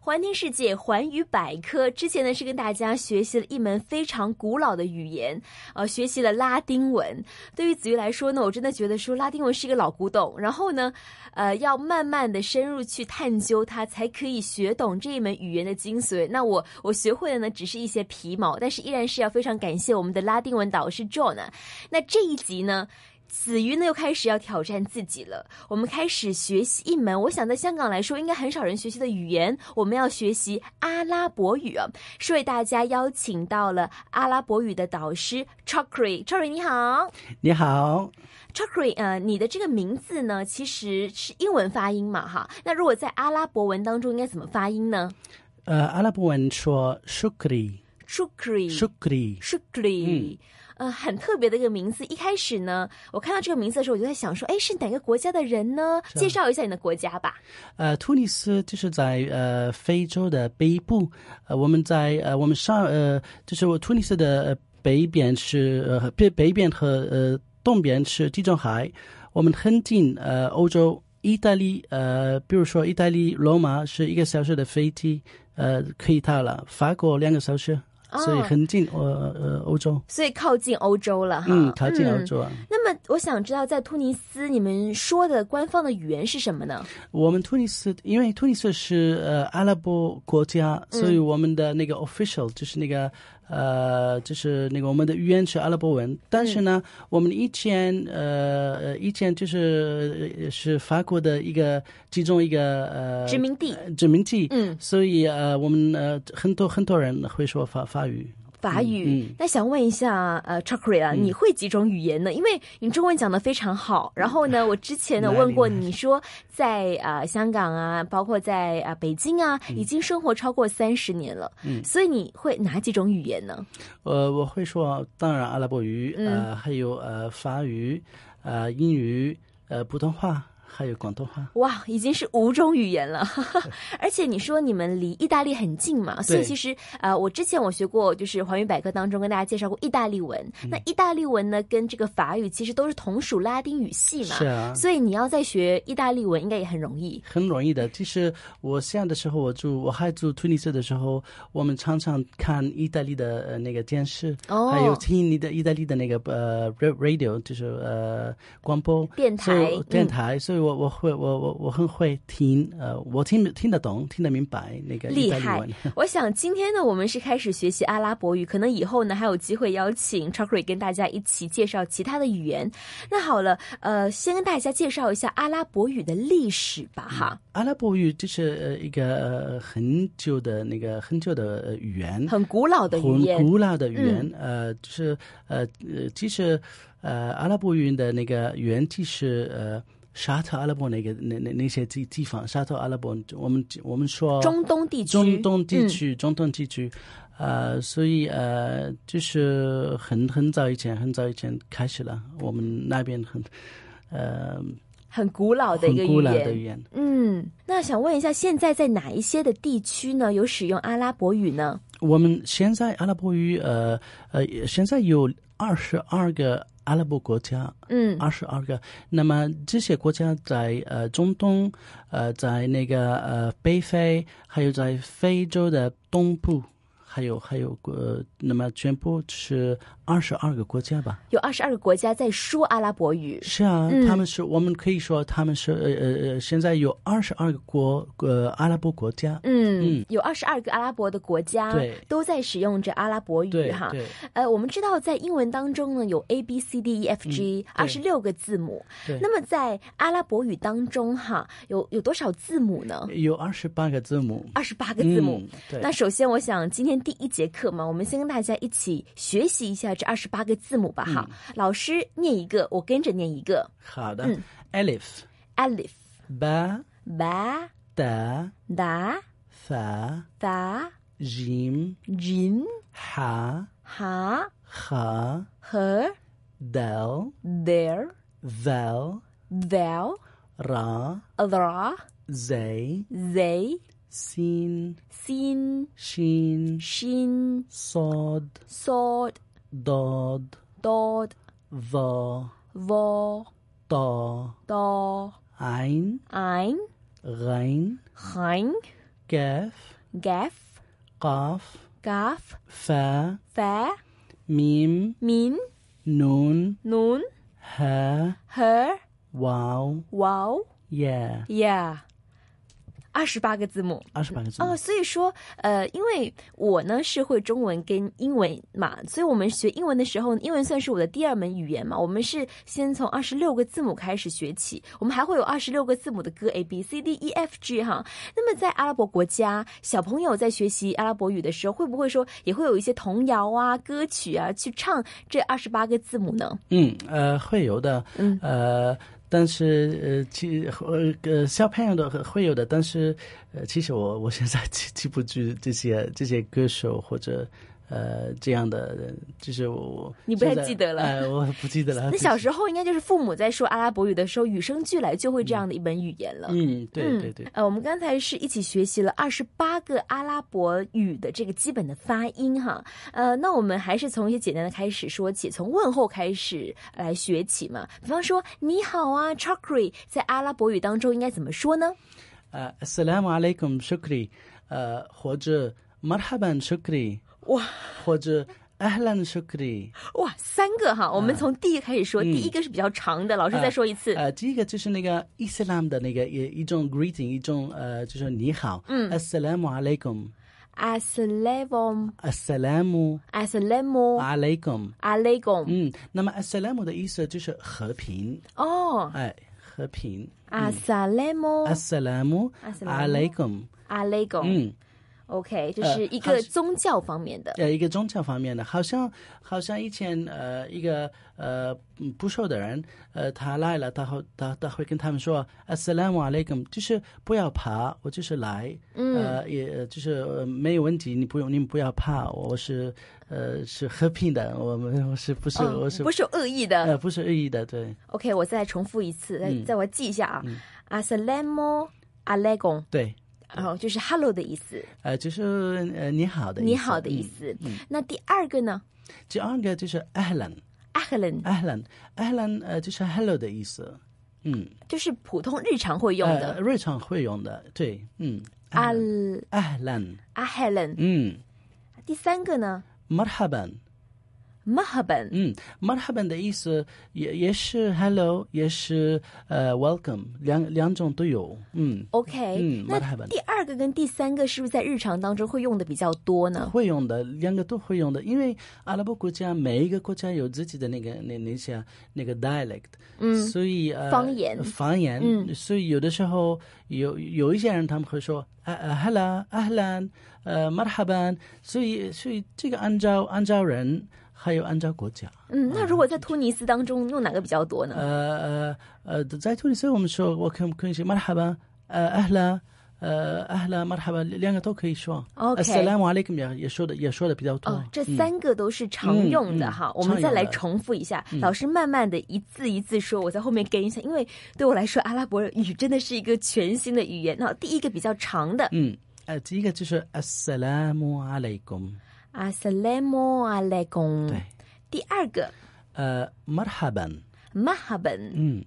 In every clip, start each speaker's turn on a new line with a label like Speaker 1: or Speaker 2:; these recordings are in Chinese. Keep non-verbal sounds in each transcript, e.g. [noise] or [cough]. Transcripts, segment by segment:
Speaker 1: 环听世界，环宇百科。之前呢是跟大家学习了一门非常古老的语言，呃，学习了拉丁文。对于子瑜来说呢，我真的觉得说拉丁文是一个老古董，然后呢，呃，要慢慢的深入去探究它，才可以学懂这一门语言的精髓。那我我学会的呢只是一些皮毛，但是依然是要非常感谢我们的拉丁文导师 John 啊。那这一集呢？子瑜呢又开始要挑战自己了。我们开始学习一门，我想在香港来说应该很少人学习的语言。我们要学习阿拉伯语啊，是为大家邀请到了阿拉伯语的导师 Chokri。Chokri 你好
Speaker 2: 你好，
Speaker 1: ，Chokri，呃，你的这个名字呢其实是英文发音嘛哈。那如果在阿拉伯文当中应该怎么发音呢
Speaker 2: 呃，阿拉伯文说
Speaker 1: 嗯
Speaker 2: “shukri”，shukri，
Speaker 1: ？Chokri，Chokri，呃，
Speaker 2: 嗯
Speaker 1: 很特别的一个名字。一开始呢，我看到这个名字的时候，我就在想说，哎，是哪个国家的人呢？
Speaker 2: 啊
Speaker 1: 介绍一下你的国家吧。
Speaker 2: 呃，突尼斯就是在呃非洲的北部，呃，我们在呃我们上呃就是我突尼斯的、呃、北边是呃北北边和呃东边是地中海，我们很近呃欧洲。意大利，呃，比如说意大利罗马是一个小时的飞机，呃，可以到了。法国两个小时，所以
Speaker 1: 哦
Speaker 2: 很近，呃呃，欧洲，
Speaker 1: 所以靠近欧洲了哈。
Speaker 2: 嗯，靠近欧洲啊。
Speaker 1: 那么我想知道，在突尼斯你们说的官方的语言是什么呢？
Speaker 2: 我们突尼斯，因为突尼斯是呃阿拉伯国家，所以我们的那个 official 就是那个呃，就是那个我们的语言是阿拉伯文。但是呢，我们以前呃呃以前就是呃是法国的一个其中一个呃
Speaker 1: 殖民地
Speaker 2: 呃殖民地，
Speaker 1: 嗯，
Speaker 2: 所以呃我们呃很多很多人会说法法语。
Speaker 1: 法
Speaker 2: 嗯
Speaker 1: 语。那想问一下，呃 c h o k r i 啊，你会几种语言呢？因为你中文讲的非常好。
Speaker 2: 嗯
Speaker 1: 然后呢，我之前呢
Speaker 2: 哪里
Speaker 1: 问过
Speaker 2: 哪里
Speaker 1: 你说，在呃香港啊，包括在啊、呃北京啊，
Speaker 2: 嗯
Speaker 1: 已经生活超过三十年了。嗯，所以你会哪几种语言呢？
Speaker 2: 呃，我会说，当然阿拉伯语，呃，还有呃法语，呃英语，呃普通话，还有广东话。
Speaker 1: 哇，已经是五种语言
Speaker 2: [laughs]
Speaker 1: 了，而且你说你们离意大利很近嘛，所以
Speaker 2: 对
Speaker 1: 其实呃，我之前我学过，就是华语百科当中跟大家介绍过意大利文。那
Speaker 2: 嗯
Speaker 1: 意大利文呢，跟这个法语其实都是同属拉丁语系嘛，
Speaker 2: 是啊
Speaker 1: 所以你要再学意大利文应该也很容
Speaker 2: [laughs]
Speaker 1: 易。
Speaker 2: 很容易的。其实我现在的时候，我住我还住突尼斯的时候，我们常常看意大利的呃那个电视，
Speaker 1: 哦
Speaker 2: 还有听你的意大利的那个呃 ra- radio，就是呃广播
Speaker 1: 电台
Speaker 2: 所以我
Speaker 1: 嗯
Speaker 2: 电台。所以我我会我我我很会听，呃，我听听得懂，听得明白那个意
Speaker 1: 厉
Speaker 2: 大利
Speaker 1: 害
Speaker 2: 文。！
Speaker 1: 我想今天呢，我们是开始学习阿拉伯语，可能以后呢还有机会邀请 Chakri 跟大家一起介绍其他的语言。那好了，呃，先跟大家介绍一下阿拉伯语的历史吧，哈，
Speaker 2: 阿拉伯语就是呃一个呃很久的那个很久的呃语言，
Speaker 1: 很古老的语
Speaker 2: 很
Speaker 1: 言。嗯
Speaker 2: 古老的语言，呃，就是呃呃，其实呃，阿拉伯语的那个原地是呃沙特阿拉伯那个那那那些地地方，沙特阿拉伯，我们我们说
Speaker 1: 中东地区，
Speaker 2: 中东地
Speaker 1: 嗯
Speaker 2: 区，中东地区，呃，所以呃，就是很很早以前，很早以前开始了，我们那边很呃
Speaker 1: 很古老的一个
Speaker 2: 很古
Speaker 1: 语
Speaker 2: 老的
Speaker 1: 言。
Speaker 2: 语言。
Speaker 1: 嗯，那想问一下，现在在哪一些的地区呢有使用阿拉伯语呢？
Speaker 2: 我们现在阿拉伯语，呃呃，现在有二十二个阿拉伯国家，
Speaker 1: 嗯，
Speaker 2: 二十二个。那么这些国家在呃中东，呃在那个呃北非，还有在非洲的东部，还有还有呃，那么全部是二十二个国家吧？
Speaker 1: 有二十二个国家在说阿拉伯语。
Speaker 2: 是啊，
Speaker 1: 嗯
Speaker 2: 他们是我们可以说他们是呃呃呃，现在有二十二个国呃阿拉伯国家。
Speaker 1: 嗯
Speaker 2: 嗯，
Speaker 1: 有二十二个阿拉伯的国家
Speaker 2: 对
Speaker 1: 都在使用着阿拉伯语
Speaker 2: 对
Speaker 1: 哈。
Speaker 2: 对
Speaker 1: 呃，我们知道在英文当中呢有 A B C D E F G 二
Speaker 2: 嗯
Speaker 1: 十
Speaker 2: 对
Speaker 1: 六个字母，
Speaker 2: 对，
Speaker 1: 那么在阿拉伯语当中哈有有多少字母呢？
Speaker 2: 有二十八个字母。
Speaker 1: 二十八个字母。
Speaker 2: 嗯、对
Speaker 1: 那首先，我想今天第一节课嘛，我们先跟大家一起学习一下这二十八个字母吧。哈，
Speaker 2: 嗯
Speaker 1: 老师念一个，我跟着念一个
Speaker 2: 好的、a
Speaker 1: 嗯
Speaker 2: l e p h
Speaker 1: ：alif、
Speaker 2: ba
Speaker 1: ba、
Speaker 2: da
Speaker 1: da、
Speaker 2: fa
Speaker 1: da、
Speaker 2: jim
Speaker 1: jin、
Speaker 2: ha
Speaker 1: ha、
Speaker 2: ha
Speaker 1: her、
Speaker 2: del
Speaker 1: there、
Speaker 2: vel
Speaker 1: thou、
Speaker 2: ra
Speaker 1: ra、
Speaker 2: zay
Speaker 1: they、
Speaker 2: sin
Speaker 1: sin、
Speaker 2: shin
Speaker 1: shin、
Speaker 2: sod
Speaker 1: sod、
Speaker 2: dod
Speaker 1: dod、
Speaker 2: va
Speaker 1: vo、
Speaker 2: da
Speaker 1: do、
Speaker 2: ein
Speaker 1: ein、
Speaker 2: rein
Speaker 1: hein、
Speaker 2: كاف
Speaker 1: gaf
Speaker 2: قاف
Speaker 1: gaf
Speaker 2: فا
Speaker 1: fa
Speaker 2: ميم
Speaker 1: min
Speaker 2: نون
Speaker 1: nun
Speaker 2: ها
Speaker 1: her
Speaker 2: واو
Speaker 1: wow
Speaker 2: يا
Speaker 1: yeah，二十八个字母。
Speaker 2: 二十八个字
Speaker 1: 哦，
Speaker 2: 母。
Speaker 1: 所以说，呃，因为我呢是会中文跟英文嘛，所以我们学英文的时候，英文算是我的第二门语言嘛。我们是先从二十六个字母开始学起，我们还会有二十六个字母的歌 A B C D E F G 哈。那么在阿拉伯国家，小朋友在学习阿拉伯语的时候，会不会说也会有一些童谣啊、歌曲啊去唱这二十八个字母呢？
Speaker 2: 嗯，呃，会有的，
Speaker 1: 嗯
Speaker 2: 呃，但是呃，其呃呃小朋友的会有的，但是呃，其实我我现在记记不住这些这些歌手或者呃这样的人，就是我
Speaker 1: 你不太
Speaker 2: 现在
Speaker 1: 记得了
Speaker 2: 哎，我不记得了。
Speaker 1: 那小时候应啊该就是父母在说阿拉伯语的时候，与生俱来就会这样的一门语言了。
Speaker 2: 嗯，对对对
Speaker 1: 嗯，，呃，我们刚才是一起学习了二十八个阿拉伯语的这个基本的发音哈，呃，那我们还是从一些简单的开始说起，从问候开始来学起嘛。比方说你好啊 c h a k r i 在阿拉伯语当中应该怎么说呢？
Speaker 2: 呃，Assalamu alaikum shukri，呃，或者 Marhaban shukri，
Speaker 1: 哇
Speaker 2: 或者 Ahlan shukri，
Speaker 1: 哇，三个哈，我
Speaker 2: 嗯
Speaker 1: 们从第一个开始说，第一个是比较长的，老师再说一次。
Speaker 2: 呃，第一个就是那个伊斯兰的那个一一种 greeting，一种呃，就是你好，嗯，assalamu alaikum，assalamu
Speaker 1: Assalamu Assalamu
Speaker 2: alaikum，
Speaker 1: alaikum。
Speaker 2: 嗯，那么 assalamu 的意思就是和平，
Speaker 1: 哦
Speaker 2: 哎，和平
Speaker 1: ，Assalamu
Speaker 2: ，assalamu
Speaker 1: 哦 Assalamu
Speaker 2: alaikum，
Speaker 1: alaikum。
Speaker 2: 嗯，
Speaker 1: OK，这
Speaker 2: 呃
Speaker 1: 是一
Speaker 2: 它
Speaker 1: 个
Speaker 2: 是
Speaker 1: 宗教方面的。
Speaker 2: 呃，一个宗教方面的，好像好像以前呃，一个呃嗯不熟的人，呃，他来了，他会他他会跟他们说，assalamu alaikum，就是不要怕，我就是来，
Speaker 1: 嗯
Speaker 2: 呃，也呃就是、呃没有问题，你不用你们不要怕，我是呃是和平的，我们我是不是、
Speaker 1: 哦
Speaker 2: 我是
Speaker 1: 不是有恶意的。
Speaker 2: 呃不是恶意的，对
Speaker 1: OK，我再重复一次，再
Speaker 2: 嗯
Speaker 1: 再我记一下啊。Assalamu alaikum，
Speaker 2: 对，
Speaker 1: 然后就是 hello 的意思，
Speaker 2: 呃就是呃你好的意思
Speaker 1: 你好的意
Speaker 2: 嗯
Speaker 1: 思。那第二个呢
Speaker 2: 第二个就是 ahlan
Speaker 1: ？ahlan
Speaker 2: ahlan ahlan 呃就是 hello 的意思，嗯。
Speaker 1: 就是普通日常会用
Speaker 2: 呃，
Speaker 1: 的
Speaker 2: 日常会用的，对，嗯
Speaker 1: al
Speaker 2: ，ahlan，
Speaker 1: ahlan。
Speaker 2: 嗯
Speaker 1: 第三个呢
Speaker 2: ，marhaban，
Speaker 1: ？mahaban。
Speaker 2: 嗯，marhaban 的意思也也是 hello，也是呃 welcome，两两种都有，嗯，
Speaker 1: OK，
Speaker 2: 嗯
Speaker 1: 那
Speaker 2: marhaban
Speaker 1: 第二个跟第三个是不是在日常当中会用的比较多呢？
Speaker 2: 会用的，两个都会用的，因为阿拉伯国家每一个国家有自己的那个那那些啊那个 dialect，嗯，所以呃
Speaker 1: 方言
Speaker 2: 方言，嗯，所以有的时候有有一些人他们会说啊啊哈啦啊哈兰呃 marhaban，所以所以这个按照按照人还有按照国家，
Speaker 1: 嗯，那如果在突尼斯当中用哪个比较多呢？
Speaker 2: 呃呃呃，在突尼斯我们说我可可以说 marhaban 呃 ahla。呃，ahla marhaba，两个都可以说。
Speaker 1: OK
Speaker 2: Assalamu alaikum 也也说的也说的比较多。
Speaker 1: 哦，这三个都是常用的
Speaker 2: 嗯
Speaker 1: 哈，
Speaker 2: 嗯
Speaker 1: 我们再来
Speaker 2: 常用的嗯
Speaker 1: 重复一下。老师慢慢的一字一字说，我在后面跟一下，因为对我来说，阿拉伯语真的是一个全新的语言。那第一个比较长的
Speaker 2: 嗯，呃，第一个就是 Assalamu alaikum，
Speaker 1: ，Assalamu alaikum
Speaker 2: 对。，
Speaker 1: 第二个
Speaker 2: 呃，Marhaban，
Speaker 1: ，Mahaban。
Speaker 2: 嗯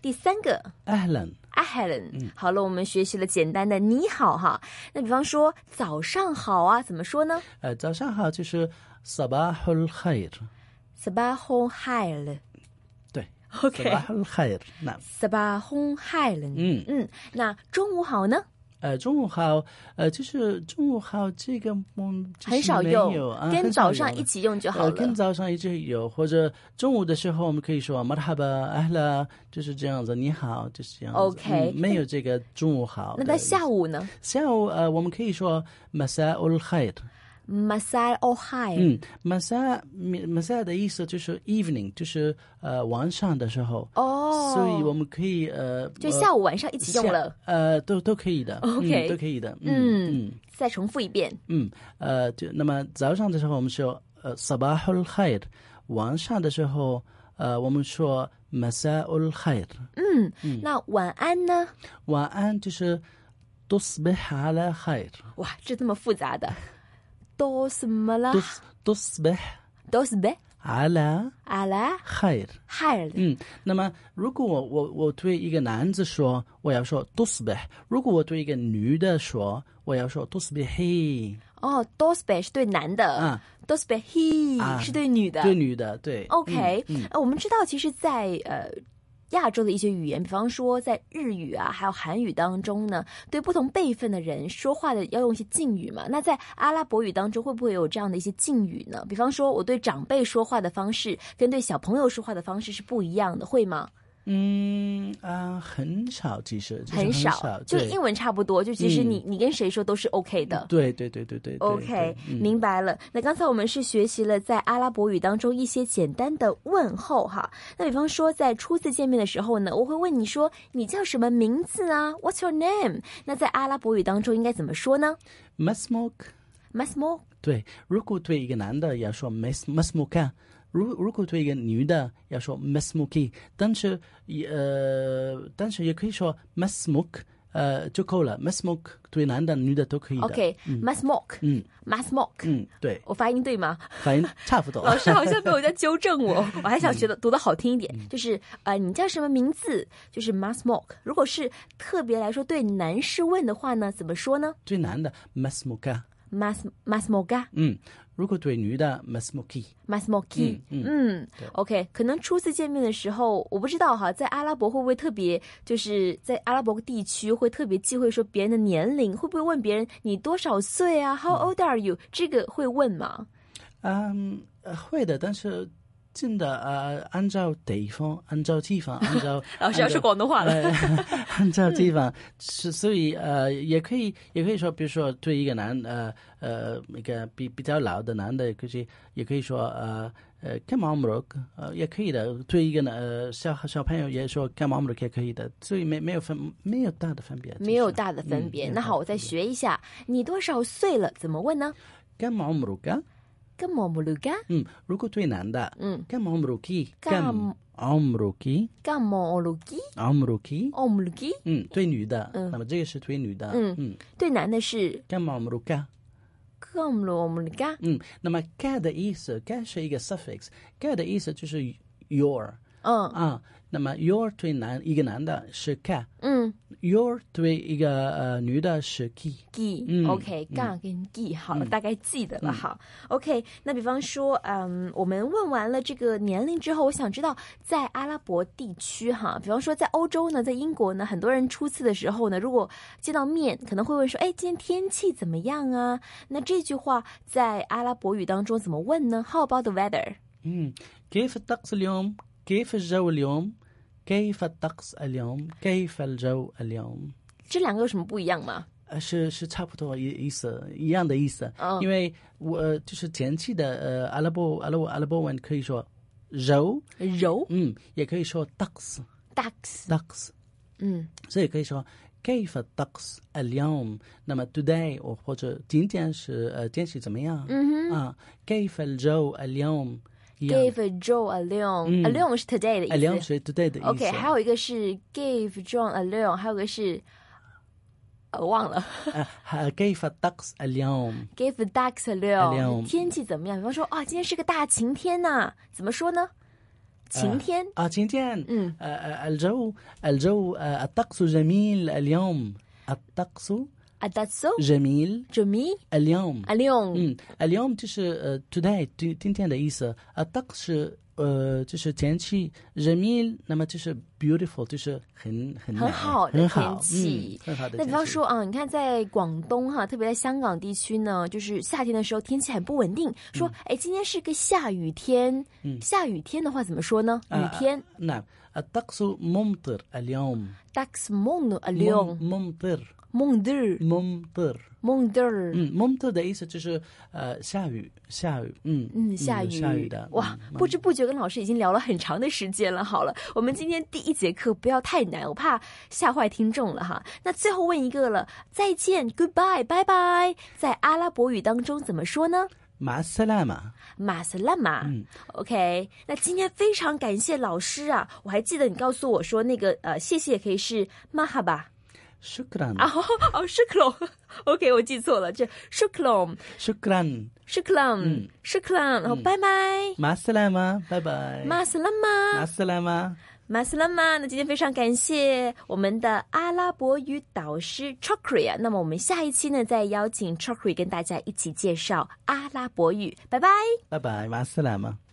Speaker 1: 第三个
Speaker 2: ，Ahlan，嗯
Speaker 1: ，Ahlan。好了，我们学习了简单的你好哈。那比方说早上好啊，怎么说呢
Speaker 2: 呃，早上好，就是 Sabahul khair，
Speaker 1: ？Sabahon hail。
Speaker 2: 对
Speaker 1: OK。
Speaker 2: ，Sabahul khair，那，
Speaker 1: Sabahon hail。
Speaker 2: 嗯，
Speaker 1: 嗯，那中午好呢？
Speaker 2: 呃，中午好，呃，就是中午好这个嗯，就是
Speaker 1: 很少
Speaker 2: 没
Speaker 1: 用，
Speaker 2: 有啊、
Speaker 1: 跟
Speaker 2: 很
Speaker 1: 早
Speaker 2: 少
Speaker 1: 上
Speaker 2: 用
Speaker 1: 一起用就好
Speaker 2: 呃，
Speaker 1: 了。
Speaker 2: 跟早上一起有，或者中午的时候，我们可以说 “marhaba ahla”，就是这样子，你好，就是这样子。
Speaker 1: OK
Speaker 2: 嗯没有这个中午好。
Speaker 1: 那在下
Speaker 2: 午，
Speaker 1: 午呢
Speaker 2: 下午呃，我们可以说 “masaul khair”。
Speaker 1: ？Masai o hai，
Speaker 2: 嗯，masa masa 的意思就是 evening，就是呃晚上的时候，
Speaker 1: 哦，
Speaker 2: 所以我们可以呃
Speaker 1: 就下午晚上一起用了。
Speaker 2: 呃呃都都可以的
Speaker 1: [laughs] OK
Speaker 2: 嗯都可以的，
Speaker 1: 嗯
Speaker 2: 嗯
Speaker 1: 再重复一遍
Speaker 2: 嗯呃就那么早上的时候我们说呃 sabahul khair，晚上的时候呃我们说 masaul khair，
Speaker 1: 嗯。那晚安呢？
Speaker 2: 晚安就是 tusbih ala khair，
Speaker 1: 哇，这这么复杂的。都什么啦啊
Speaker 2: tus tusbih
Speaker 1: ？dos 呗
Speaker 2: على
Speaker 1: على
Speaker 2: خير
Speaker 1: خير
Speaker 2: 嗯，那么如果我我我对一个男子说，我要说 تصبح；如果我对一个女的说，我要说 تصبحي。
Speaker 1: 哦 d o s b e 是对男的、
Speaker 2: 啊
Speaker 1: d o s b e he、
Speaker 2: 啊
Speaker 1: 是对女的。
Speaker 2: 对女的，对。
Speaker 1: OK，、
Speaker 2: 嗯嗯嗯
Speaker 1: 呃，我们知道，其实在，呃亚洲的一些语言，比方说在日语啊，还有韩语当中呢，对不同辈分的人说话的要用一些敬语嘛。那在阿拉伯语当中，会不会有这样的一些敬语呢？比方说，我对长辈说话的方式跟对小朋友说话的方式是不一样的，会吗？
Speaker 2: 嗯啊，很少，其实就是
Speaker 1: 很
Speaker 2: 少，
Speaker 1: 就
Speaker 2: 对
Speaker 1: 英文差不多，就其实
Speaker 2: 嗯
Speaker 1: 你、你跟谁说都是 OK 的。
Speaker 2: 对对对对对对
Speaker 1: OK，、
Speaker 2: 对嗯
Speaker 1: 明白了。那刚才我们是学习了在阿拉伯语当中一些简单的问候哈。那比方说，在初次见面的时候呢，我会问你说你叫什么名字啊？What's your name？那在阿拉伯语当中应该怎么说呢
Speaker 2: Masmok，
Speaker 1: ？Masmo
Speaker 2: 对，如果对一个男的要说 Mas Masmoka，如如果对一个女的要说 Masmoki，但是也呃，但是也可以说 Masmok，呃就够了，Masmok 对男的女的都可以的。
Speaker 1: OK，Masmok，Masmok，、
Speaker 2: 嗯嗯，对，
Speaker 1: 我发音对吗？
Speaker 2: 反正差不多。
Speaker 1: 老师好像没有在纠正
Speaker 2: [laughs]
Speaker 1: 我，我还想觉得读的好听一点，
Speaker 2: 嗯
Speaker 1: 就是呃，你叫什么名字？就是 Masmok。如果是特别来说对男士问的话呢，怎么说呢
Speaker 2: 对男的 Masmoka，
Speaker 1: ？Mas Masmoga。
Speaker 2: 嗯，如果对女的 Masmoki，
Speaker 1: Masmoki，
Speaker 2: 嗯
Speaker 1: 嗯 o k 可能初次见面的时候，我不知道哈，在阿拉伯会不会特别，就是在阿拉伯地区会特别忌讳说别人的年龄，会不会问别人你多少岁啊？How old are you？、这个会问吗？
Speaker 2: 嗯，呃会的，但是真的呃，按照地方，按照地方，按照
Speaker 1: [laughs] 老师要
Speaker 2: 按照
Speaker 1: 说广东话了，嗯
Speaker 2: 呃， [laughs] 按照地方是，所以呃，也可以，也可以说，比如说对一个男呃呃一个比比较老的男的，也可以也可以说呃呃干嘛 m r 呃也可以的，对一个男呃小小朋友也说干嘛 m r 也可以的，所以没没有分没有大的分别，
Speaker 1: 没有大的分别。
Speaker 2: 嗯
Speaker 1: 那好，我再学一下，你多少岁了？怎么问呢？
Speaker 2: 干嘛 m r
Speaker 1: 跟莫姆鲁干，
Speaker 2: 嗯，如果对男的，
Speaker 1: 嗯，
Speaker 2: 干嘛 m r 干
Speaker 1: 干
Speaker 2: 嘛 m r
Speaker 1: 干莫鲁基，
Speaker 2: 干嘛 m
Speaker 1: 奥姆鲁基。
Speaker 2: 嗯，对女的，
Speaker 1: 嗯
Speaker 2: 那么这个是对女的，
Speaker 1: 嗯
Speaker 2: 嗯，
Speaker 1: 对男的是
Speaker 2: 干嘛 m r
Speaker 1: 克姆鲁奥姆鲁干，
Speaker 2: 嗯，那么 get 的意思，get 是一个 suffix，get 的意思就是 your
Speaker 1: 嗯
Speaker 2: 啊，那么 your 对男一个男的是 get，your
Speaker 1: 嗯。
Speaker 2: 对一个呃女的是 key。
Speaker 1: 记、
Speaker 2: 嗯
Speaker 1: o k 杠跟记好了，大概记得了哈。OK，那比方说，嗯，我们问完了这个年龄之后，我想知道在阿拉伯地区哈，比方说在欧洲呢，在英国呢，很多人初次的时候呢，如果见到面，可能会问说，哎，今天天气怎么样啊？那这句话在阿拉伯语当中怎么问呢？How about the weather？
Speaker 2: 嗯，كيف الطقس اليوم؟ كيف الجو اليوم؟ كيف الطقس اليوم؟ كيف الجو اليوم？
Speaker 1: 这两个有什么不一样吗？
Speaker 2: 呃，是是差不多意意思一样的意思，
Speaker 1: 嗯
Speaker 2: 因为我呃就是前期的呃阿拉伯阿拉伯阿拉伯文可以说 jo，
Speaker 1: 柔
Speaker 2: 嗯，也可以说 ducks
Speaker 1: ，ducks，
Speaker 2: ducks，
Speaker 1: 嗯
Speaker 2: 所以可以说 كيف الطقس اليوم 那么 today آه، 我或者今天是呃天气怎么样、
Speaker 1: 嗯哼。
Speaker 2: 啊 آه، كيف الجو اليوم 一样
Speaker 1: Gave Joe a loan，a
Speaker 2: 嗯
Speaker 1: loan 是 today 的意思。
Speaker 2: اليوم 是 today 的意思
Speaker 1: OK，还有一个是 gave John a loan，还有一个是呃忘了 [laughs]
Speaker 2: 啊还 آه، كيف الطقس اليوم
Speaker 1: gave ducks a
Speaker 2: loan
Speaker 1: loan。天气怎么样？比方说啊，今天是个大晴天呐、怎么说呢？晴天。
Speaker 2: 啊今天
Speaker 1: 嗯
Speaker 2: آه، آه، الجو الجو آه، الطقس جميل اليوم الطقس
Speaker 1: a t h a t s 啊 so 啊
Speaker 2: جميل
Speaker 1: Jimmy
Speaker 2: اليوم
Speaker 1: a loan。
Speaker 2: 嗯，اليوم 就是呃 today 今今天的意思，啊 d u c 是呃就是天气，jamil 那么就是 beautiful 就是很很
Speaker 1: 很
Speaker 2: 美
Speaker 1: 好的
Speaker 2: 嗯很好
Speaker 1: 天气
Speaker 2: 嗯、很好的天气。
Speaker 1: 那比方说啊，你看在广东哈、特别在香港地区呢，就是夏天的时候天气很不稳定。说，
Speaker 2: 嗯
Speaker 1: 哎，今天是个下雨天。下雨天的话怎么说呢？
Speaker 2: 啊，
Speaker 1: 雨天
Speaker 2: 那啊 الطقس ممطر اليوم
Speaker 1: ，ducks moon a
Speaker 2: مم-
Speaker 1: loan。
Speaker 2: ممطر
Speaker 1: Moon
Speaker 2: ممطر
Speaker 1: der，moon
Speaker 2: 嗯，mumter 的意思就是呃下雨下雨嗯
Speaker 1: 嗯，下雨，
Speaker 2: 下雨的
Speaker 1: 哇！
Speaker 2: 嗯
Speaker 1: 不知不觉跟老师已经聊了很长的时间了。好了，我们今天第一节课不要太难，我怕吓坏听众了哈。那最后问一个了，再见，goodbye，拜拜，在阿拉伯语当中怎么说呢？
Speaker 2: مع السلامة
Speaker 1: 马斯拉玛。
Speaker 2: 嗯
Speaker 1: OK，那今天非常感谢老师啊！我还记得你告诉我说那个呃，谢谢可以是马哈吧。
Speaker 2: shukran
Speaker 1: 啊哦哦 s h u k l o OK，我记错了，这 s h u k l o m
Speaker 2: shukran
Speaker 1: s h u k l o m
Speaker 2: 嗯
Speaker 1: s h u k l o m 好，拜拜
Speaker 2: ma salama bye bye
Speaker 1: m a s a l a m
Speaker 2: ma salama
Speaker 1: 马斯拉玛，那今天非常感谢我们的阿拉伯语导师 Chokri 啊。那么我们下一期呢，再邀请 Chokri 跟大家一起介绍阿拉伯语。拜拜。
Speaker 2: bye bye ma salama